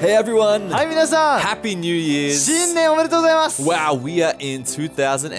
Hey everyone! はい、皆さん Happy New Year's! 新年おめでとうございます Wow, we are in 2023!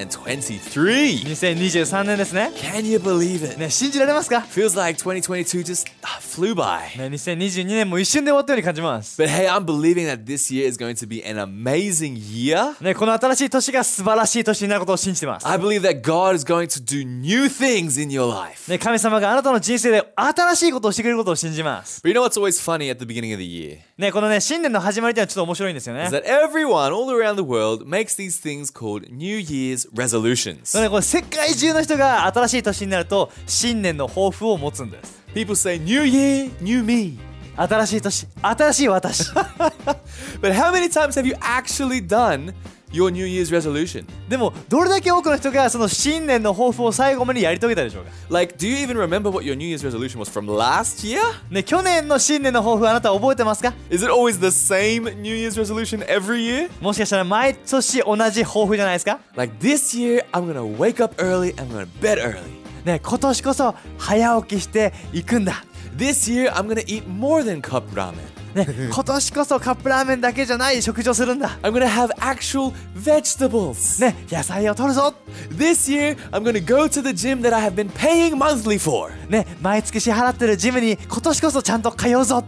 2023年ですね。 Can you believe it? ね、信じられますか Feels like 2022 just ah, flew by. ね、2022年も一瞬で終わったように感じます。 But hey, I'm believing that this year is going to be an amazing year. ね、この新しい年が素晴らしい年になることを信じてます。 I believe that God is going to do new things in your life. ね、神様があなたの人生で新しいことをしてくれることを信じます。 But you know what's always funny at the beginning of the year? ね、このね、新年の始まりってのはちょっと面白いんですよね Is。that everyone all around the world makes these things called New Year's resolutions. ね、これ世界中の人が新しい年になると新年の抱負を持つんです。 People say, New Year, new me. 新しい年、新しい 私。 But how many times have you actually done your New Year's resolution? でも、どれだけ多くの人がその新年の抱負を最後までやり遂げたでしょうか Like, do you even remember what your New Year's resolution was from last year? ね、去年の新年の抱負あなたは覚えてますか Is it always the same New Year's resolution every year? もしかしたら毎年同じ抱負じゃないですか Like, this year, I'm gonna wake up early, I'm gonna bed early. ね、今年こそ早起きしていくんだ。 This year, I'm gonna eat more than cup ramen. ね、今年こそカップラーメンだけじゃない食事をするんだ。 I'm gonna have actual vegetables. ね、野菜を取るぞ。 This year, I'm gonna go to the gym that I have been paying monthly for. ね、毎月支払ってるジムに今年こそちゃんと通うぞ。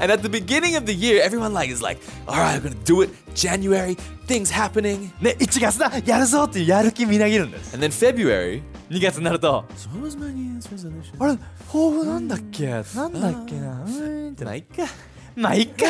And at the beginning of the year, everyone like is like, all right, I'm gonna do it. January, things happening. ね、1月だやるぞっていうやる気みなぎるんです。 And then February. 2月になると、 So what was my New Year's resolution? あれ、抱負なんだっけなんだっけなうーんって。 Like. まあ、いっか。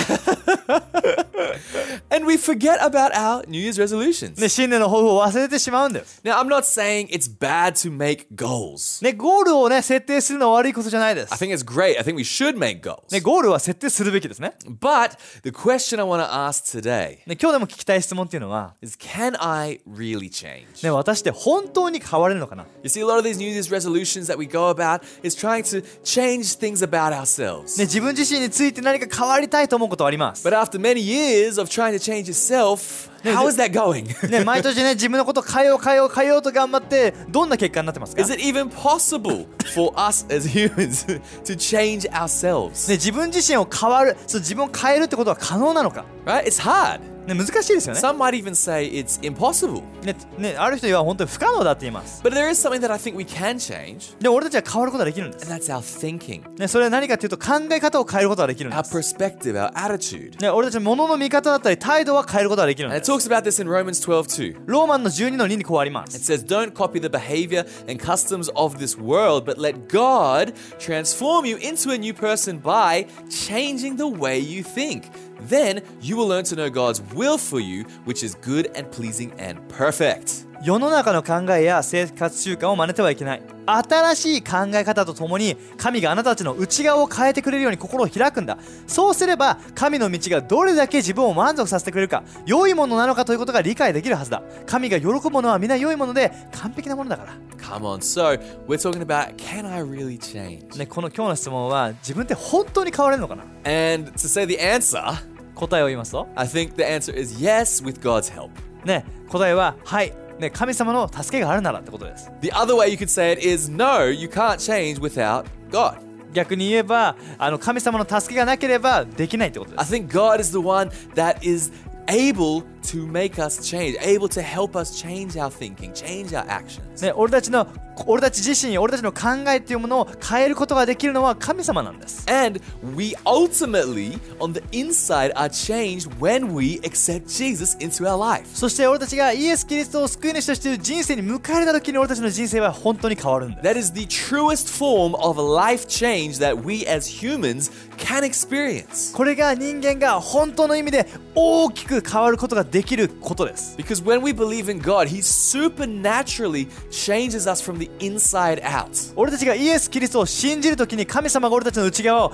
And we forget about our New Year's resolutions. ね、新年の抱負を忘れてしまうんです。 Now, I'm not saying it's bad to make goals. ね、ゴールをね、設定するのは悪いことじゃないで I す。 think it's great. I think we should make goals. ね、ゴールは設定するべきですね。 But the question I want to ask today ね、今日でも聞きたい質問っていうのは、 is can I really change? ね、私って本当に変われるのかな You see, a lot of these New Year's resolutions that we go about is trying to change things about ね、 ourselves. 自分自身について何か変わりたいと思うことはあります。 But after many years of trying to change yourself, how is that going? ね、毎年ね、自分のこと変えよう変えよう変えようと頑張って、どんな結果になってますか、 Is ね、 it even possible for us as humans to change ourselves? 自分自身を変わる、そう自分を変えるってことは可能なのか、 Right? It's hard. ね、難しいですよね。 Some might even say it's impossible. ねね、ある人は本当に不可能だって言います。 But there is something that I think we can change, でも俺たちは変わることができるんです。 and that's our thinking, ね、それは何かっていうと考え方を変えることができるん our です。 perspective, our attitude. ね、俺たちは物の見方だったり態度は変えることができるん And it です。 talks about this in Romans 12 too. ローマンの12の2にこうありま It す。 says, Don't copy the behavior and customs of this world, but let God transform you into a new person by changing the way you think. Then you will learn to know God's will for you, which is good and pleasing and perfect. 世の中の考えや生活習慣を真似てはいけない。新しい考え方とともに神があなたたちの内側を変えてくれるように心を開くんだ。そうすれば神の道がどれだけ自分を満足させてくれるか、良いものなのかということが理解できるはずだ。神が喜ぶものは皆良いもので完璧なものだから。 Come on. So, we're talking about can I really change? ね、この今日の質問は自分って本当に変われるのかな And to say the answer, 答えを言いますと、 I think the answer is yes with God's help. ね、答えははい、ね、神様の助けがあるならってことです。 The other way you could say it is no, you can't change without God. 逆に言えばあの神様の助けがなければできないってことで I す。 think God is the one that is able to make us change, able to help us change our thinking, change our actions. ね、俺たちの俺たち自身俺たちの考えっていうものを変えることができるのは神様なんです。 And we ultimately, on the inside, are changed when we accept Jesus into our life. そして俺たちがイエス・キリストを救い主としている人生に迎え入れた時に俺たちの人生は本当に変わるんだ。 That is the truest form of life change that we as humans can experience. これが人間が本当の意味で大きく変わることができることです。 Because when we believe in God, He supernaturally changes us from the inside out. 俺たちがイエス・キリストを信じる時に神様が俺たちの内側を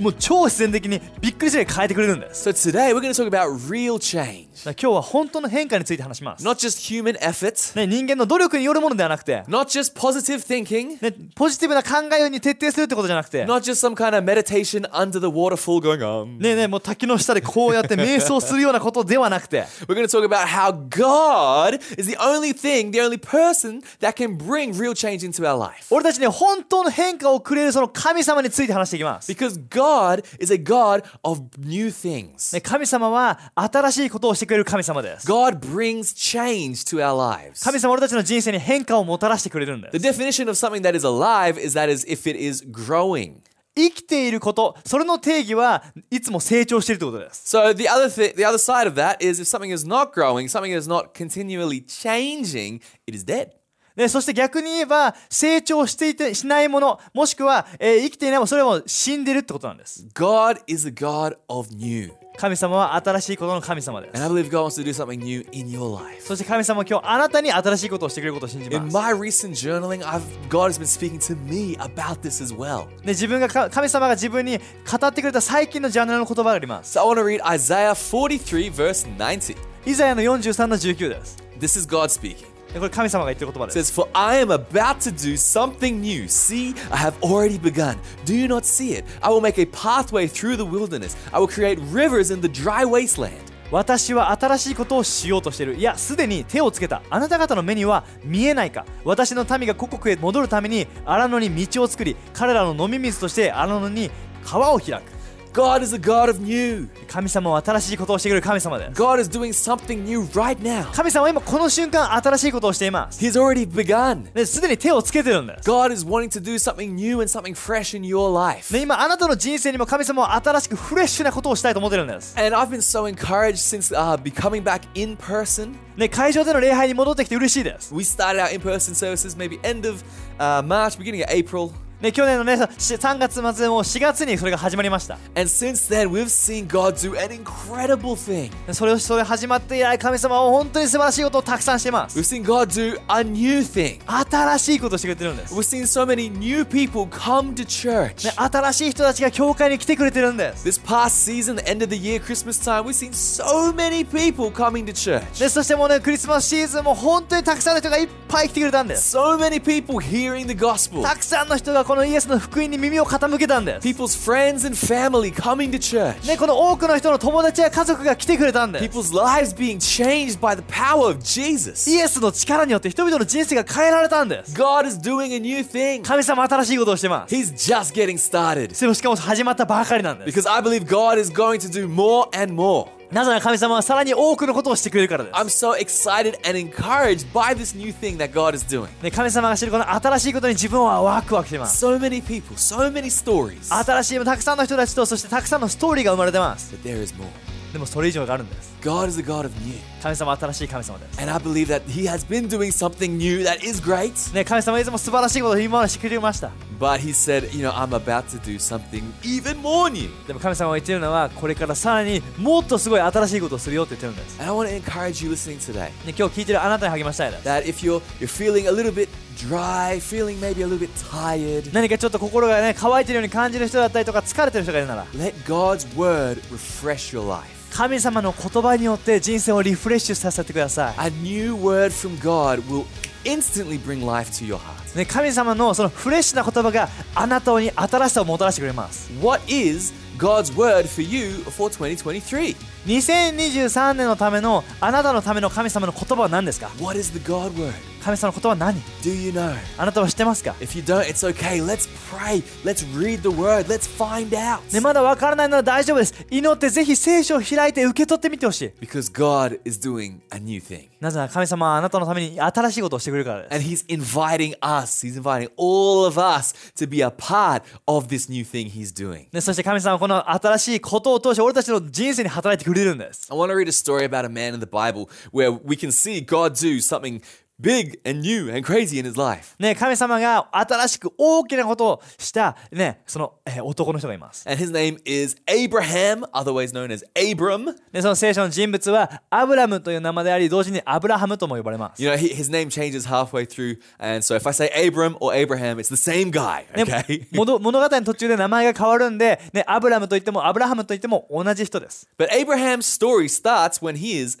もう超自然的にびっくりするように変えてくれるんです。 So today we're going to talk about real change, だから今日は本当の変化について話します。 not just human effort. ね、人間の努力によるものではなくて、 Not just positive thinking, ね、ポジティブな考えに徹底するってことじゃなくて、ね not just some kind of meditation under the waterfall going on. えねえもう滝の下でこうやって瞑想するようなことではなく て、 We're going to talk about how God is the only thing, the only person that can bring real change into our life. 俺たちに本当の変化をくれるその神様について話していきます。 Because God is a God of new things. で神様は新しいことをしてくれる神様です。 God brings change to our lives. 神様俺たちの人生に変化をもたらしてくれるんだよ The。definition of something that is alive is that is if it is growing. 生きていること、それの定義はいつも成長しているということです。 So the other th- the other side of that is if something is not growing, something is not continually changing, it is dead. でそして逆に言えば成長していてしないものもしくは、えー生きていないものそれはもう死んでるってことなんです God is a God of new. 神様は新しいことの神様で And す I believe God wants to do something new in your life. そして神様は今日あなたに新しいことをしてくれることを信じ In ます my recent journaling, I've God has been speaking to me about this as well. で自分がか神様が自分に語ってくれた最近のジャンルの言葉があります So I want to read Isaiah 43 verse 90. イザヤの43の19です This is God speaking. でこれ神様が言ってる言葉 It です says, For I am about to do something new. See, I have already begun. Do you not see it? I will make a pathway through the wilderness. I will create rivers in the dry wasteland. 私は新しいことをしようとしているいやすでに手をつけたあなた方の目には見えないか私の民が故国へ戻るために荒野に道を作り彼らの飲み水として荒野に川を開く God is a God of new. 神様は新しいことをしてくれる神様です God is doing something new right now. 神様は今この瞬間新しいことをしています He's already begun. ですでに手をつけてるんです God is wanting to do something new and something fresh in your life. で今あなたの人生にも神様は新しくフレッシュなことをしたいと思ってるんです And I've been so encouraged since uh, becoming back in person. ね会場での礼拝に戻ってきて嬉しいです We started our in person services maybe end of uh, March, beginning of April. ね去年のねし3月末も4月にそれが始まりました And since then, we've seen God do an incredible thing. でそれをそれ始まって以来神様は本当に素晴らしいことをたくさんしています We've seen God do a new thing. 新しいことをしてくれてるんです We've seen so many new people come to church. ね新しい人たちが教会に来てくれてるんです This past season, the end of the year, Christmas time, we've seen so many people coming to church. でそしてもうねクリスマスシーズンも本当にたくさんの人がいっぱい来てくれたんです So many people hearing the gospel. たくさんの人がこのイエスの福音に耳を傾けたんです。 People's friends and family coming to church. ね、この多くの人の友達や家族が来てくれたんです。 People's lives being changed by the power of Jesus. イエスの力によって人々の人生が変えられたんです。 God is doing a new thing. 神様は新しいことをしてます。 He's just getting started. それもしかも始まったばかりなんです。 Because I believe God is going to do more and more. なぜなら神様はさらに多くのことをしてくれるからで I'm す。 so excited and encouraged by this new thing that God is doing. ね、神様が知るこの新しいことに自分はワクワクしてます。 So many people, so many stories. 新しいたくさんの人たちとそしてたくさんのストーリーが生まれてます。 But there is more. でもそれ以上があるんです。 God is a God of new. 神様は新しい神様です。 And I believe that He has been doing something new that is great. ね、神様はいつも素晴らしいことを今までしてくれました。 But He said, you know, I'm about to do something even more new. でも神様が言ってるのはこれからさらにもっとすごい新しいことをするよって言ってるんです。 And I want to encourage you listening today で今日聞いてるあなたに励ましたいです。 that if you're you're feeling a little bit dry, feeling maybe a little bit tired, 何かちょっと心がね乾いてるように感じる人だったりとか疲れてる人がいるなら let God's word refresh your life. 神様の言葉によって人生をリフレッシュさせてくださ A new word from God will instantly bring life to your heart. い、ね、神様のそのフレッシュな言葉があなたに新しさをもたらしてくれます What is God's word for you for 2023? 2023年のためのあなたのための神様の言葉は何ですか What is the God word? 神様の言葉は何 Do you know? あなたは知ってますか、 If you don't, it's okay. Let's pray. Let's read the word. Let's find out. ね、まだわからないなら大丈夫です祈ってぜひ聖書を開いて受け取ってみてほしい Because God is doing a new thing. なぜなら神様はあなたのために新しいことをしてくれるからです And He's inviting us, He's inviting all of us to be a part of this new thing He's doing. ね、そして神様はこの新しいことを通して俺たちの人生に働いてくれるんです。 I want to read a story about a man in the Bible where we can see God do something big and new and crazy in his life. ね、神様が新しく大きなことをした、ね、その、えー男の人がいます。 And his name is Abraham, otherwise known as Abram. で、その聖書の人物はアブラムという名前であり、同時にアブラハムとも呼ばれます。 You know, he, his name changes halfway through. And so if I say Abram or Abraham, it's the same guy, ね okay? もど物語の途中で名前が変わるんで、ね、アブラムといってもアブラハムといっても同じ人です。 But Abraham's story starts when he is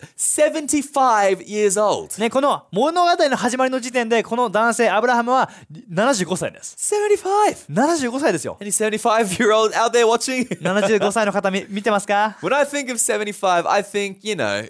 75 years old. ね、この物語の始まりの時点で、この男性アブラハムは75歳です。 75! 75歳ですよ。 Any 75 year old out there watching? 75歳の方み見てますか when I think of 75, I think, you know,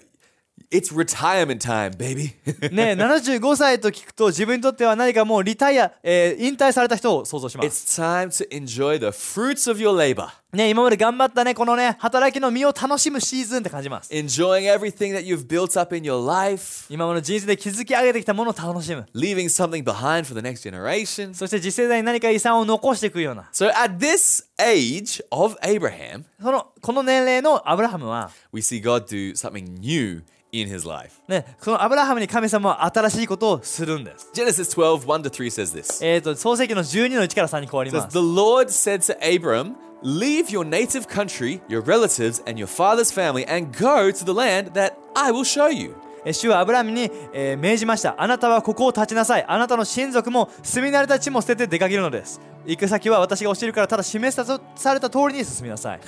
it's retirement time, baby. ね、75歳と聞くと自分にとっては何かもうリタイア、えー引退された人を想像します。 it's time to enjoy the fruits of your labor. ね、今まで頑張ったね、このね、働きの身を楽しむシーズンって感じます。 enjoying everything that you've built up in your life, 今までの人生で築き上げてきたものを楽しむ。 leaving something behind for the next generation. そして次世代に何か遺産を残していくような。 So at this age of Abraham, その、この年齢のアブラハムは、 we see God do something new in his life. ね、そのアブラハムに神様は新しいことをするんです。 Genesis 12, 1 to 3 says this. It えっ、と、創世記の12の1から3に変わり says, ます。 The Lord said to Abram, Leave your native country, your relatives, and your father's family, and go to the land that I will show you. えー主はアブラハムに、えー命じました。あなたはここを立ちなさい。あなたの親族も住み慣れた地も捨てて出かけるのです。行く先は私が教えるからただ示さされた通りに進みな さい。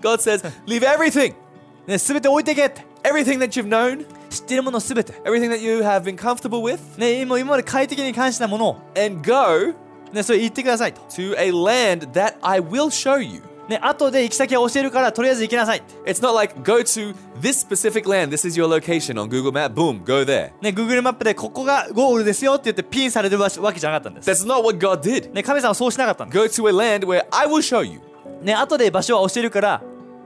God says, Leave everything, ね、全て置いていけって everything that you've known, 知っているもの全て。 everything that you have been comfortable with, ね、もう今まで快適に関したものを、 and go ね、それ言ってくださいと。 to a land that I will show you. ね、後で行き先は教えるからとりあえず行きなさいって。 It's not like go to this specific land, this is your location on Google Map, boom, go there. ね、Google マップでここがゴールですよって言ってピンされてるわわけじゃなかったんです。 That's not what God did. ね、神様はそうしなかったんです。 Go to a land where I will show you. ね、後で場所は教えるから、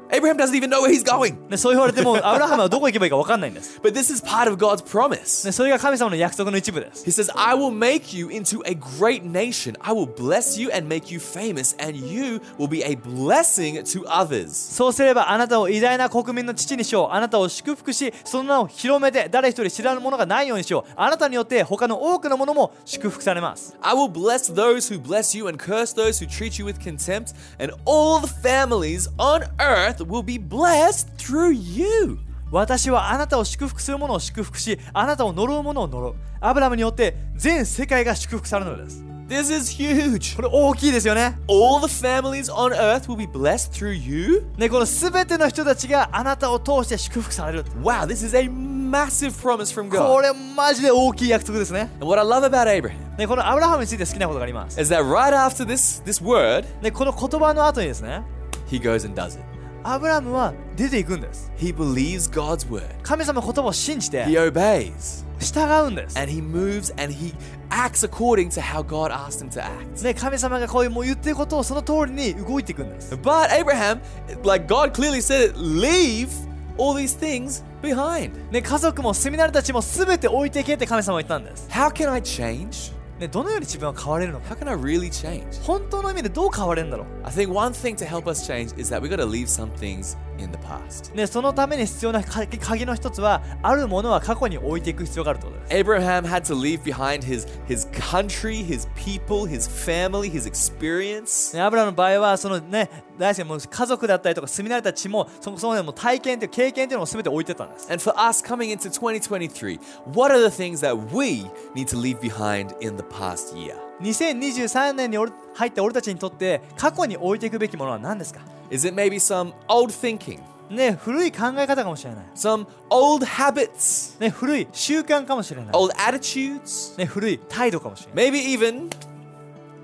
Abraham doesn't even know where he's going. ね、そう言われてもアブラハムはどこ行けばいいか分かんないんです。 But this is part of God's promise. ね、それが神様の約束の一部です。 He says, I will make you into a great nation. I will bless you and make you famous, and you will be a blessing to others. そうすればあなたを偉大な国民の父にしよう。あなたを祝福し、その名を広めて誰一人知らぬ者がないようにしよう。あなたによって他の多くの者も祝福されます。 I will bless those who bless you and curse those who treat you with contempt, and all the families on earth will be blessed through you. 私はあなたを祝福する者を祝福し、あなたを呪う者を呪う。アブラムによって全世界が祝福されるのです。 This is huge. これ大きいですよね。 All the families on earth will be blessed through you. ね、この全ての人たちがあなたを通して祝福される。 Wow, this is a massive promise from こ God. れマジで大きい約束ですね。 And what I love about Abraham ね、このアブラハムについて好きなことがあります。 is that right after this this word, ね、この言葉の後にですね、 he goes and does it. アブラハムは出ていくんです。 He believes God's word. 神様の言葉を信じ He て obeys 従うんです。 and he moves and he acts according to how God asked him to act. ね、神様がこういうもう言ってることをその通りに動いていくんです。 But Abraham, like God clearly said it, leave all these things behind. ね、家族も住み慣れたちも全て置いていけって神様は言ったんです。 How can I change? ね、どのように自分は変われるのか。 How can I really change? 本当の意味でどう変われるんだろ I think one thing to help us change is that we got to leave some things in the past. う。ね、そのために必要な鍵鍵の一つは、あるものは過去に置いていく必要があるってことです。 Abraham had to leave behind his his country, his people, his family, his experience. ね、アブラの場合はそのね大好きなもう家族だったりとか住み慣れた地もそこそこまでもう体験という経験というのを全て置いてったんです、 And for us coming into 2023, what are the things that we need to leave behind in the past year? 2023年に俺入った俺たちにとって過去に置いていくべきものは何ですか Is it maybe some old thinking, ね古い考え方かもしれない some old habits, ね古い習慣かもしれない old attitudes, ね古い態度かもしれな maybe even い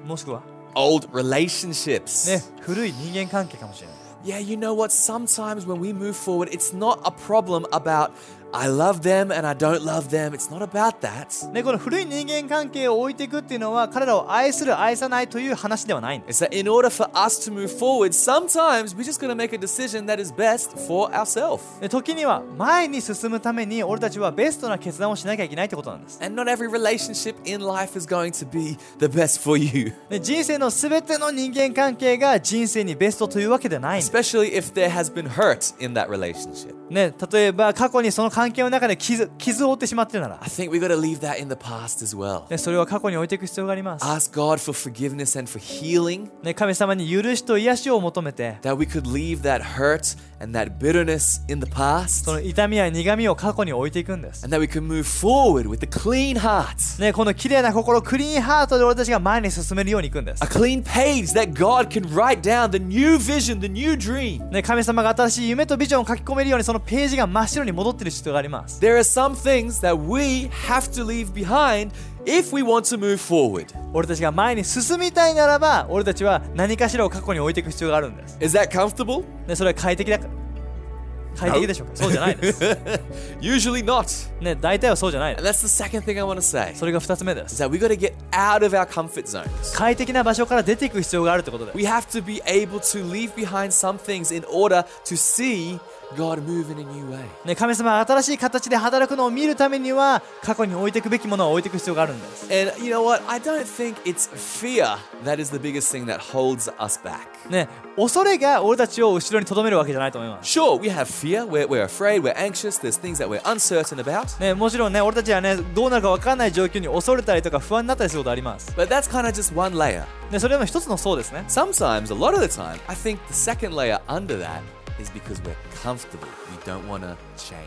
もしくは old relationships? ね古い人間関係かもしれない Yeah, you know what? Sometimes when we move forward, it's not a problem about I love them and I don't love them. It's not about that. ね、この古い人間関係を置いていくっていうのは彼らを愛する愛さないという話ではないんです It's that in order for us to move forward, sometimes we just got to make a decision that is best for ourselves. で時には前に進むために俺たちはベストな決断をしなきゃいけないってことなんです And not every relationship in life is going to be the best for you, で人生のすべての人間関係が人生にベストというわけではないんです、 especially if there has been hurt in that relationship. ね、例えば過去にその関係の中で傷傷を負ってしまっているなら I、think we got to leave that in the past as well. ね、それは過去に置いていく必要があります、 Ask God for forgiveness and for healing, ね、神様に許しと癒しを求めて that we could leave that hurt and that bitterness in the past, その痛みや苦みを過去に置いていくんです、 and that we can move forward with a clean heart, ね、この綺麗な心クリーンハートで俺たちが前に進めるようにいくんです a、clean page that God can write down the new vision, the new dream. ね、神様が新しい夢とビジョンを書き込めるようにそのページが真っ白に戻っている必要があります、 There are some things that we have to leave behind if we want to move forward. 俺たちが前に進みたいならば俺たちは何かしらを過去に置いていく必要があるんです、 Is that comfortable? ね、それは快適だ快適でしょうかそうじゃないです Usually not. ね大体はそうじゃないで And す that's the second thing I want to say. それが2つ目で Is す that we got to get out of our comfort zones. 快適な場所から出ていく必要があるってことだよ We have to be able to leave behind some things in order to see God move in a new way. ね、神様が新しい形で働くのを見るためには過去に置いていくべきものは置いていく必要があるんです And you know what? I don't think it's fear that is the biggest thing that holds us back. ね恐れが俺たちを後ろに留めるわけじゃないと思います Sure, we have fear, we're, we're afraid, we're anxious, there's things that we're uncertain about. ね、もちろんね俺たちはねどうなるか分かんない状況に恐れたりとか不安になったりすることあります But that's kind of just one layer. ねそれも一つのそうですね Sometimes, a lot of the time, I think the second layer under that is because we're comfortable. We don't want to change.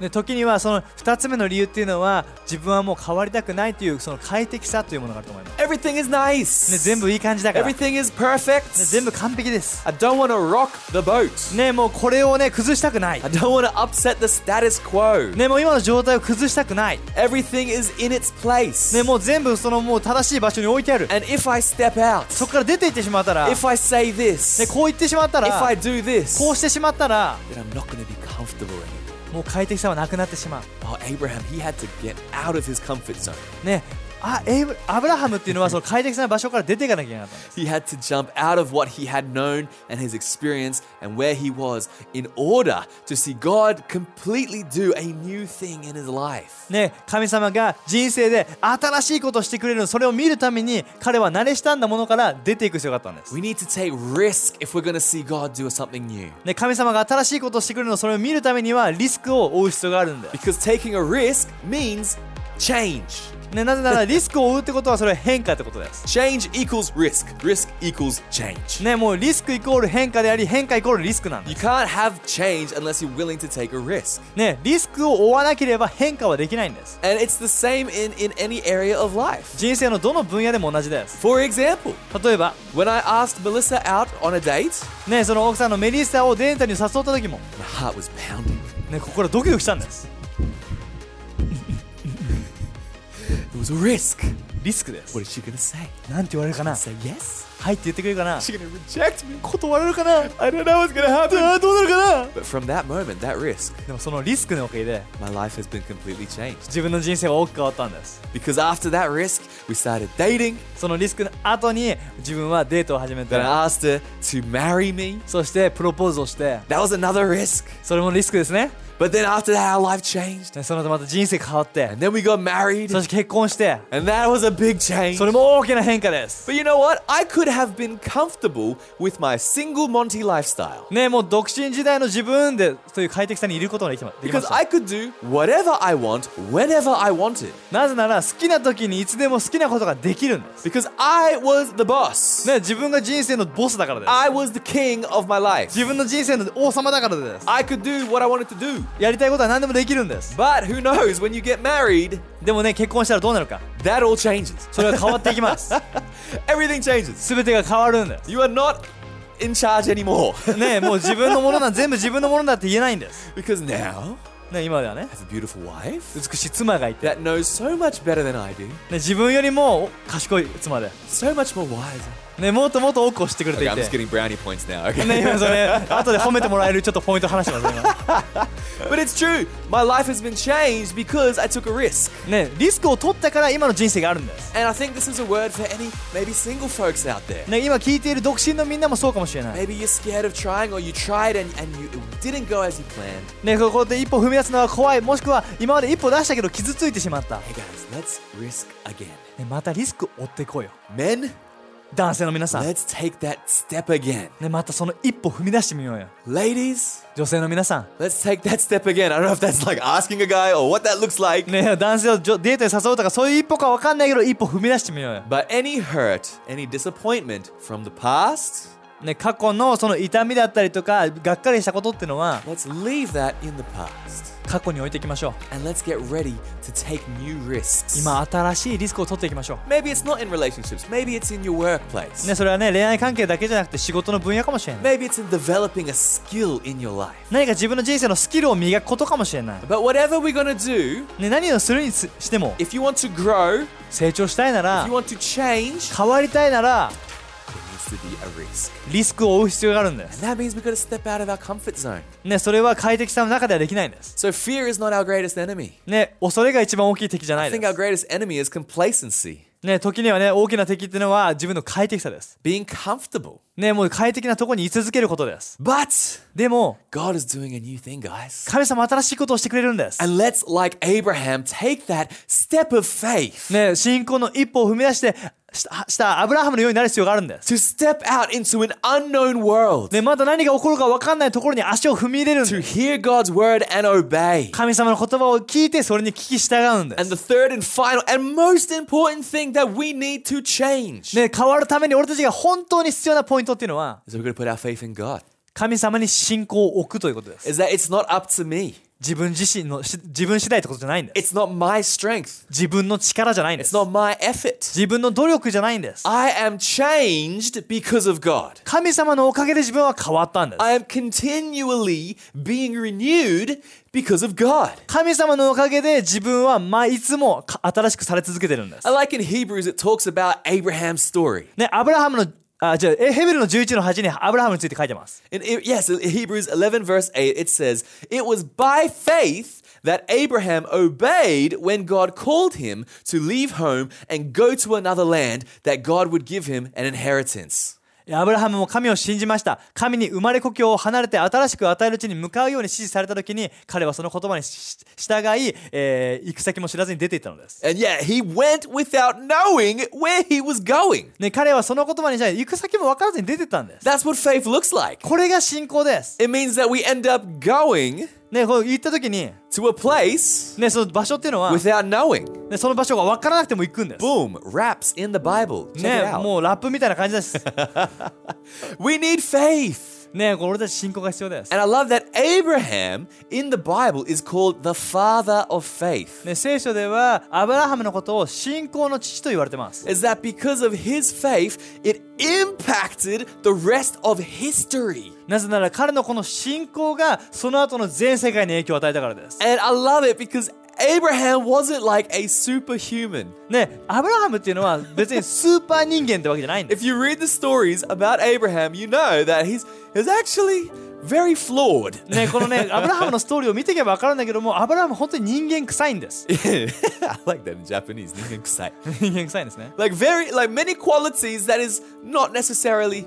ね時にはその2つ目の理由っていうのは自分はもう変わりたくないというその快適さというものがあると思います Everything is nice. ね全部いい感じだから、ね、 Everything is perfect. 全部完璧です I don't want to rock the boat. ねもうこれをね崩したくない I don't want to upset the status quo. ねもう今の状態を崩したくない Everything is in its place. ねもう全部そのもう正しい場所に置いてある And if I step out, そこから出ていってしまったら if I say ね、 this, if こう言ってしまったら、 I do this, こうしてしまったら、 then I'm not going to be comfortable anymore. もう快適さはなくなってしま Oh, Abraham, he had to get out of his comfort zone. う。ね、あエイブアブラハムっていう のはその快適さの場所から出ていかなきゃいけなかったんです。 He had to jump out of what he had known and his experience and where he was in order to see God completely do a new thing in his life. ね、神様が人生で新しいことをしてくれるのそれを見るために彼は慣れしたんだものから出ていく必要があったんです。 We need to take risk if we're going to see God do something new. ね、神様が新しいことをしてくれるのそれを見るためにはリスクを負う必要があるんだよ。 Because taking a risk means change. ね、なぜならリスクを負うってことはそれは変化ってことです。 Change equals risk. Risk equals change. ね、もうリスクイコール変化であり変化イコールリスクなんだ You。can't have change unless you're willing to take a risk. ね、リスクを負わなければ変化はできないんです。 And it's the same in, in any area of life. 人生のどの分野でも同じです。 For example, 例えば、 when I asked Melissa out on a date, ね、その奥さんのメリッサをデータに誘った時も、 My heart was pounding. ね、ここからドキドキしたんです。 It was a risk. リスクです What is she gonna say? なんて言われるかな Say yes? はいって言ってくれるかな Is she gonna reject me? 断られるかな I don't know what's gonna happen どうなるかな But from that moment, that risk, でもそのリスクのおかげで my life has been completely changed. 自分の人生は大きく変わったんです Because after that risk, we started dating. そのリスクの後に自分はデートを始め Then た I asked her to marry me. そしてプロポーズをして That was another risk. それもリスクですね But then after that, our life changed. でその後また人生変わって And then we got married. そして結婚して And that was a big change. それも大きな変化です But you know what? I could have been comfortable with my single Monty lifestyle. ねもう独身時代の自分でそういう快適さにいることができまできま Because した I could do whatever I want, whenever I wanted. なぜなら好きな時にいつでも好きなことができるんです Because I was the boss. ね、自分が人生のボスだからです。 I was the king of my life. 自分の人生の王様だからです。 I could do what I wanted to do. やりたいことは何でもできるんです。 But who knows, when you get married, でもね、結婚したらどうなるか。 that all changes. それは変わってい きます。 Everything changes. すべてが変わるんです。 You are not in charge anymore. ね、もう自分のものなん、全部自分のものだって言えないんです。 because now ね、今ではね、 I have a beautiful wife 美しい妻がいて、ね、 that knows so much better than I do, 自分よりも賢い妻で、 so much more wiser. ね、もっともっと多くを知ってくれて Okay, い I'm just て。 getting brownie points now. ね、 Okay. 今それ、後で褒めてもらえるちょっとポイント話してます、今 but it's true. My life has been changed because I took a risk. ね、リスクを取ったから今の人生があるんです。 And I think this is a word for any maybe single folks out there. ね、今聞いている独身のみんなもそうかもしれない。 Maybe you're scared of trying or you tried and, and you, it didn't go as you planned. ね、こうやって一歩踏み出すのは怖いもしくは今まで一歩出したけど傷ついてしまった、ね、 Hey guys, let's risk again. またリスクを負っていこうよ Men, 男性の皆さん、 let's take that step again. ね、またその一歩踏み出してみようよ Ladies, 女性の皆さ let's take that step again. I don't know if that's like asking a guy or what that looks like. ん、ね、男性をじょデートに誘うとかそういう一歩か分かんないけど一歩踏み出してみようよ、 But any hurt, any disappointment from the past, ね、過去のその痛みだったりとかがっかりしたことってのは let's leave that in the past. 過去に置いていきましょ And let's get ready to take new う risks. 今新しいリスクを取っていきましょ Maybe it's not in relationships, maybe it's in your う、 workplace. ね、それはね恋愛関係だけじゃなくて仕事の分野かもしれない Maybe it's in developing a skill in your life. 何か自分の人生のスキルを磨くことかもしれない、 But whatever we're gonna do, ね、何をするにつしても if you want to grow, if 成長したいなら you want to change, 変わりたいなら it needs needs to be a risk. リスクを負う必要があるんです And that means we've got to step out of our comfort zone. ねそれは快適さの中ではできないんです So fear is not our greatest enemy. ね恐れが一番大きい敵じゃな I いで think our す greatest enemy is complacency, ね時にはね大きな敵っていうのは自分の快適さです being comfortable. ねもう快適なとこに居続けることです But でも God is doing a new thing, guys. 神様新しいことをしてくれるんです And let's, like Abraham, take that step of faith ね信仰の一歩を踏み出してしたしたアブラハムのようになる必要があるんです、 to step out into an unknown world, ね、まだ何が起こるか分かんないところに足を踏み入れるんです to hear God's word and obey. 神様の言葉を聞いてそれに聞き従うんで And す。 the third and final and most important thing that we need to change ね、変わるために俺たちが本当に必要なポイントっていうのは is that we're going to put our faith in God. 神様に信仰を置くということです。 Is that it's not up to me, 自分自身のし自分次第ってことじゃないんです。 it's not my strength, 自分の力じゃないんで it's す。 not my effort. 自分の努力じゃないんです。 I am changed because of God. 神様のおかげで自分は変わったんです。 I am continually being renewed because of God. 神様のおかげで自分はまあいつもか新しくされ続けてるんです I。like in Hebrews it talks about Abraham's story. ね、アブラハムのあじゃあえヘベルの11の8にアブラハムについて書いてます。 In, in- yes, in Hebrews 11 verse 8 it says, "It was by faith that Abraham obeyed when God called him to leave home and go to another land that God would give him an inheritance." アブラハムも神を信じました。神に生まれ故郷を離れて新しく与える地に向かうように指示された時に彼はその言葉にし従い、えー行く先も知らずに出ていったのです。 And yet he went without knowing where he was going. ね、彼はその言葉に従い行く先も分からずに出てったんです。 That's what faith looks like. これが信仰です。 It means that we end up going ね、こう行った時に、 to a place ね、その場所っていうのは、 without knowing. ね、その場所が分からなくても行くんです。 Boom, raps in the Bible. Check ね it、out. もうラップみたいな感じ です。 We need faith. ね、これ俺たち信仰が必要です。 And I love that Abraham in the Bible is called the father of faith. ね、聖書ではアブラハムのことを信仰の父と言われてます。 Is that because of his faith, it impacted the rest of history. なぜなら彼のこの信仰がその後の全世界に影響を与えたからです。 And I love it because Abraham wasn't like a superhuman. ねアブラハムっていうのは別にスーパー人間ってわけじゃないんです If you read the stories about Abraham, you know that he's, he's actually very flawed. ねこのねアブラハムのストーリーを見ていけば分かるんだけどもアブラハム本当に人間臭いんです I like that in Japanese. Ningenkusai. 人間臭いんですね like very like many qualities that is not necessarily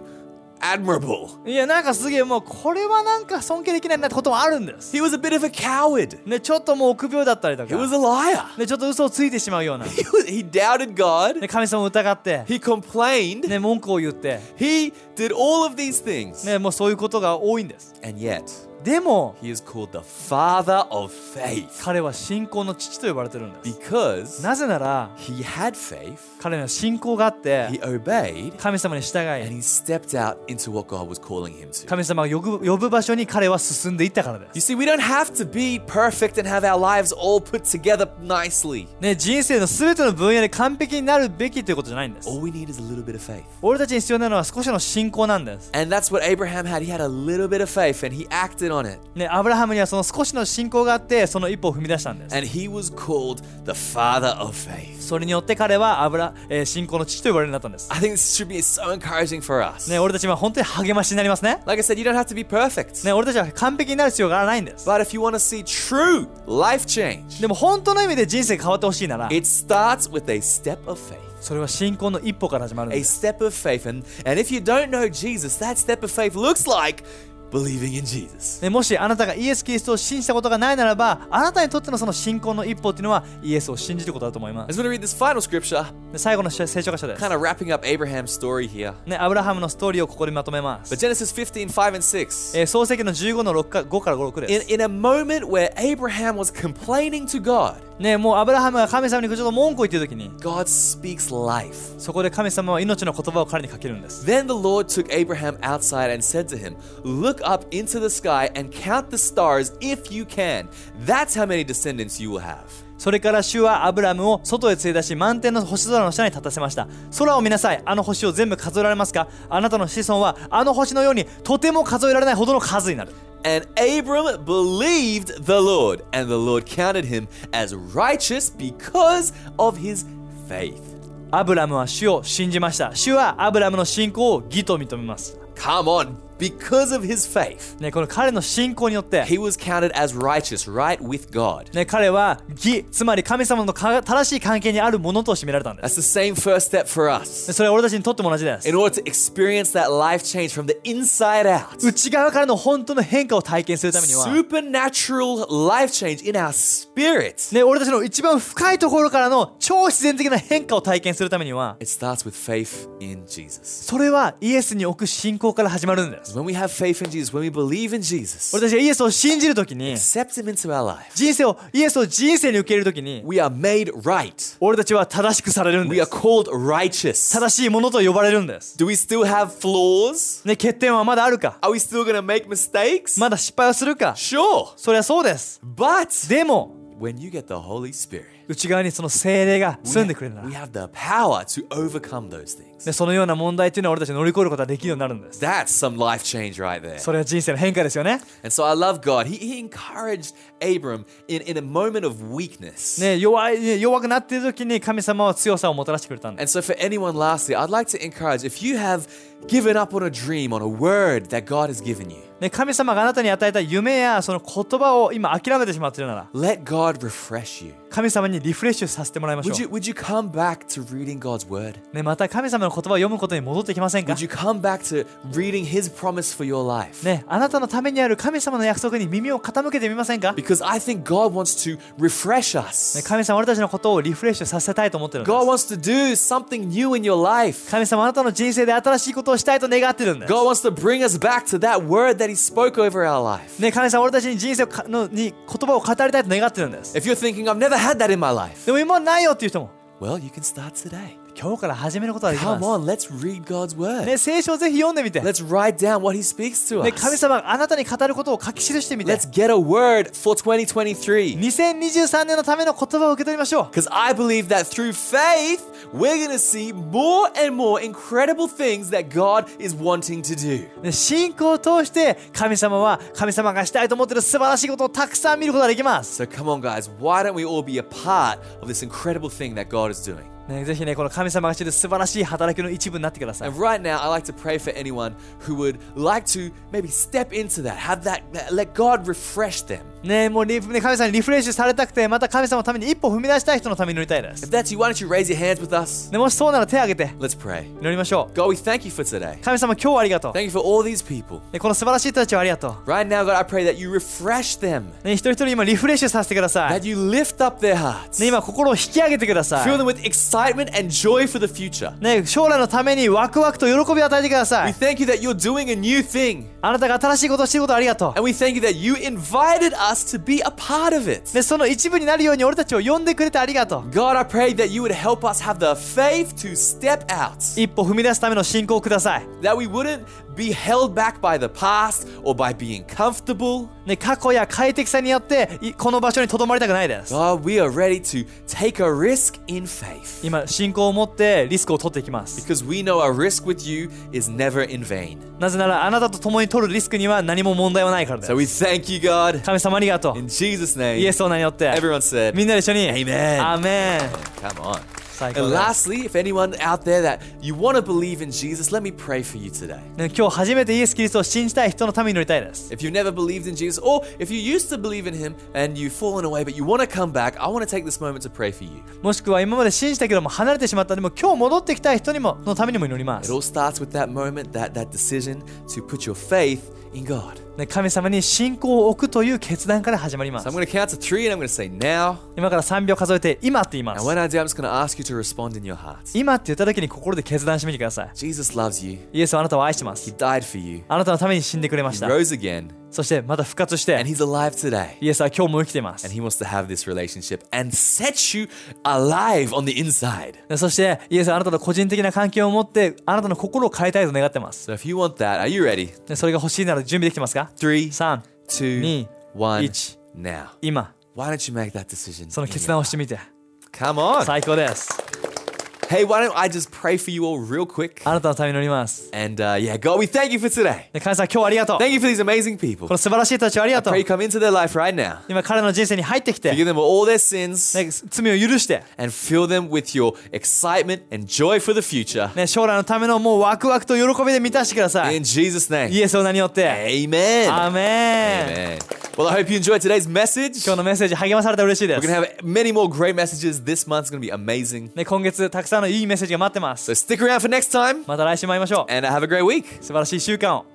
admirable. いやなんかすげえもうこれはなんか尊敬できないなってこともあるんです He was a bit of a coward. ねちょっともう臆病だったりと He か was a liar. ねちょっと嘘をついてしまうような、 He, was, he doubted God. ね、神様を疑って、 He complained. ね、文句を言って、 He did all of these things. ね、もうそういうことが多いんです And yet, でも he is called the father of faith 彼は信仰の父と呼ばれてるんです because なぜなら he had faith, 彼には信仰があって he obeyed, 神様に従 and い he stepped out into what God was calling him to. 神様が呼ぶ呼ぶ場所に彼は進んでいったからです You see, we don't have to be perfect and have our lives all put together nicely. ね、人生の全ての分野で完璧になるべきということじゃないんです。 All we need is a little bit of faith. 俺たちに必要なのは少しの信仰なんです。 And that's what Abraham had. He had a little bit of faith and he acted on it. ね、アブラハムにはその少しの信仰があって、その一歩を踏み出したんです。 And he was called the father of faith. それによって彼はアブラ、えー信仰の父と呼ばれるようになったんです。 I think this should be so encouraging for us. ね、俺たちは本当に励ましになりますね。 Like I said, you don't have to be perfect. ね、俺たちは完璧になる必要がないんです。 But if you want to see true life change, でも本当の意味で人生が変わってほしいなら、 it starts with a step of faith. それは信仰の一歩から始まるん A です。 step of faith. And, and if you don't know Jesus, that step of faith looks like believing in Jesus. ね、もしあなたがイエス・キリストを信じたことがないならば、あなたにとってのその信仰の一歩っていうのはイエスを信じることだと思いま I す。 just want to read this final scripture, で最後の聖書箇所です。 kind of wrapping up Abraham's story here. ね、アブラハムのストーリーをここでまとめます But。Genesis 15, 5 and 6. えー創世記の15の6か5から5、6 In, です。 in a moment where Abraham was complaining to God, ね、もうアブラハムが神様にちょっと文句を言ってる時に、 God speaks life. そこで神様は命の言葉を彼にかけるんです。 Then the Lord took Abraham outside and said to him, Look up into the sky and count the stars if you can. That's how many descendants you will have. それから主はアブラムを外へ連れ出し、満天の星空の下に立たせました。空を見なさい、あの星を全部数えられますかあなたの子孫はあの星のようにとても数えられないほどの数になる。 And Abram believed the Lord, and the Lord counted him as righteous because of his faith. アブラムは主を信じました主はアブラムの信仰を義と認めます Come on, because of his faith, ねこの彼の信仰によって he was counted as righteous, right with God. ね、彼は義つまり神様とか正しい関係にあるものとしてめられたんです That's the same first step for us. でそれは俺たちにとっても同じです In order to experience that life change from the inside out, 内側からの本当の変化を体験するためには、 supernatural life change in our spirits, ね、俺たちの一番深いところからの超自然的な変化を体験するためには it starts with faith in Jesus. それはイエスに置く信仰から始まるんです When we have faith in Jesus, when we believe in Jesus, 俺たちがイエスを信じるときに accept him into our life, 人生をイエスを人生に受け入れるときに we are made right. 俺たちは正しくされるん We で are す called righteous. 正しいものと呼ばれるんです、 Do we still have flaws? ね、欠点はまだあるか Are we still going to make mistakes? まだ失敗をするか Sure. そりゃそうです But でも when you get the Holy Spirit, 内側にその精霊が we, 住んでくれるなら we have the power to overcome those things. でそのような問題っていうのは俺たちが乗り越えることができるようになるんです。 That's some life change right there. それは人生の変化ですよね。 And so I love God. He, he encouraged Abram in, in a moment of weakness. ね弱いね弱くなっている時に神様は強さをもたらしてくれたんです。 And so, for anyone lastly, I'd like to encourage if you have given up on a dream, on a word that God has given you, ね、神様があなたに与えた夢やその言葉を今諦めてしまっているなら let God refresh you. 神様にリフレッシュさせてもらいまし Would ょ you, would you come back to reading God's word? う。ね、また神様の言葉を読むことに戻ってきませんか Would you come back to reading His promise for your life? ね、あなたのためにある神様の約束に耳を傾けてみませんか、ね、 Because I think God wants to refresh us. 神様は俺たちのことをリフレッシュさせたいと思ってるんで God す。 wants to do something new in your life. 神様はあなたの人生で新しいことをしたいと願ってるんです。 God wants to bring us back to that word that He spoke over our life. ね、神様は俺たちに人生をかのに言葉を語りたいと願ってるんです。 If you're thinking, I've never had that in my life, でも今はないよっていう人も well, you can start today. 今日から始めることはできま Come す。 on, let's read God's ね、 word. 聖書をぜひ読んでみて、ね、 Let's write down what He speaks to 神 us. 様があなたに語ることを書き記してみて Let's get a word for 2023. 2023年のための言葉を受け取りましょう。 Because I believe that through faith, we're going to see more and more incredible things that God is wanting to do. ね信仰を通して神様は神様がしたいと思っている素晴らしいことをたくさん見ることができます、 So come on, guys, why don't we all be a part of this incredible thing that God is doing? ね、ぜひねこの神様がしている素晴らしい働きの一部になってください And right now, I like to pray for anyone who would like to maybe step into that, have that, let God refresh them. ねもうリね神様にリフレッシュされたくてまた神様のために一歩踏み出したい人のために祈りたいです If、that's you, why don't you raise your hands with us? ね、もしそうなら手を挙げて Let's pray. 祈りましょ God, we thank you for today. う神様今日はありがとう、 Thank you for all these people. ね、この素晴らしい人たちをありがとう Right now, God, I pray that you refresh them, ね、一人一人今リフレッシュさせてください that。you lift up their hearts, ね、今心を引き上げてくださ fill い them。with excitement and joy for the future. ね、将来のためにワクワクと喜びを与えてくださ We い。 thank you that you're doing a new thing, あなたが新しいことをしていることをありがと and we thank you that you invited us to be a part of it. う。ね、その一部になるように俺たちを呼んでくれてありがとう。 God, I pray that you would help us have the faith to step out, 一歩踏み出すための信仰をください。 that we wouldn't be held back by the past or by being comfortable. ね、過去や快適さによっていこの場所にとどまりたくないです。 God, we are ready to take a risk in faith 今、信仰を持ってリスクを取っていきます。 because we know a risk with you is never in vain. なぜならあなたと共に取るリスクには何も問題はないからです So。we thank you, God, 神様ありがとう in。Jesus' イエ name. スの名によって。 Everyone み said, んなで一緒に。 Amen. アーメン。 Come on. 最高 And だ lastly, if anyone out there that you want to believe in Jesus, let me pray for you today. ね、今日初めてイエス・キリストを信じたい人のために祈りたいです。 If you never believed in Jesus, or if you used to believe in him and you've fallen away but you want to come back, I want to take this moment to pray for you. もしくは今まで信じたけども離れてしまったでも今日戻ってきたい人にものためにも祈りま It す、 all starts with that moment, that, that decision to put your faith in God. ね、神様に信仰を置くという決断から始まりま So す I'm going to count to three and I'm going to say now. 今から3秒数えて今って言いま And す when I do, I'm just going to ask you to respond in your heart. 今って言った時に心で決断してみてください Jesus loves you. イエスはあなたを愛してま He す died for you. あなたのために死んでくれまし He た rose again. そしてまた復活し And て he's alive today. イエスは今日も生きていま And す he wants to have this relationship and set you alive on the inside. ねそしてイエスはあなたと個人的な関係を持ってあなたの心を変えたいと願ってます、 So if you want that, are you ready? ねそれが欲しいなら準備できてますか Three, 3 two, Ni- one, ich. now. 今 Why don't you make that decision? その in your 決断をしてみて Come on. 最高です Hey, why don't I just pray for you all real quick. あなたのために祈ります And uh, yeah, God, we thank you for today. で神様今日はありがとう Thank you for these amazing こ people. の素晴らしい人たちをありがと Pray う you come into their life right now. 今彼の人生に入ってきて Forgive them of all their sins ね罪を許して、 and fill them with your excitement and joy for the future. ね、将来のためのもうワクワクと喜びで満たしてください In Jesus' イ name. エスの名によってアー Amen. メン Amen. Well, I hope you enjoyed today's message. 今日のメッセージ励まされて嬉しいで We're す going to have many more great messages. This month's going to be amazing. ね、今月たくさんのいいメッセージが待ってま So す。 stick around for next time また来週も会いましょう。 and have a great week. 素晴らしい週間を。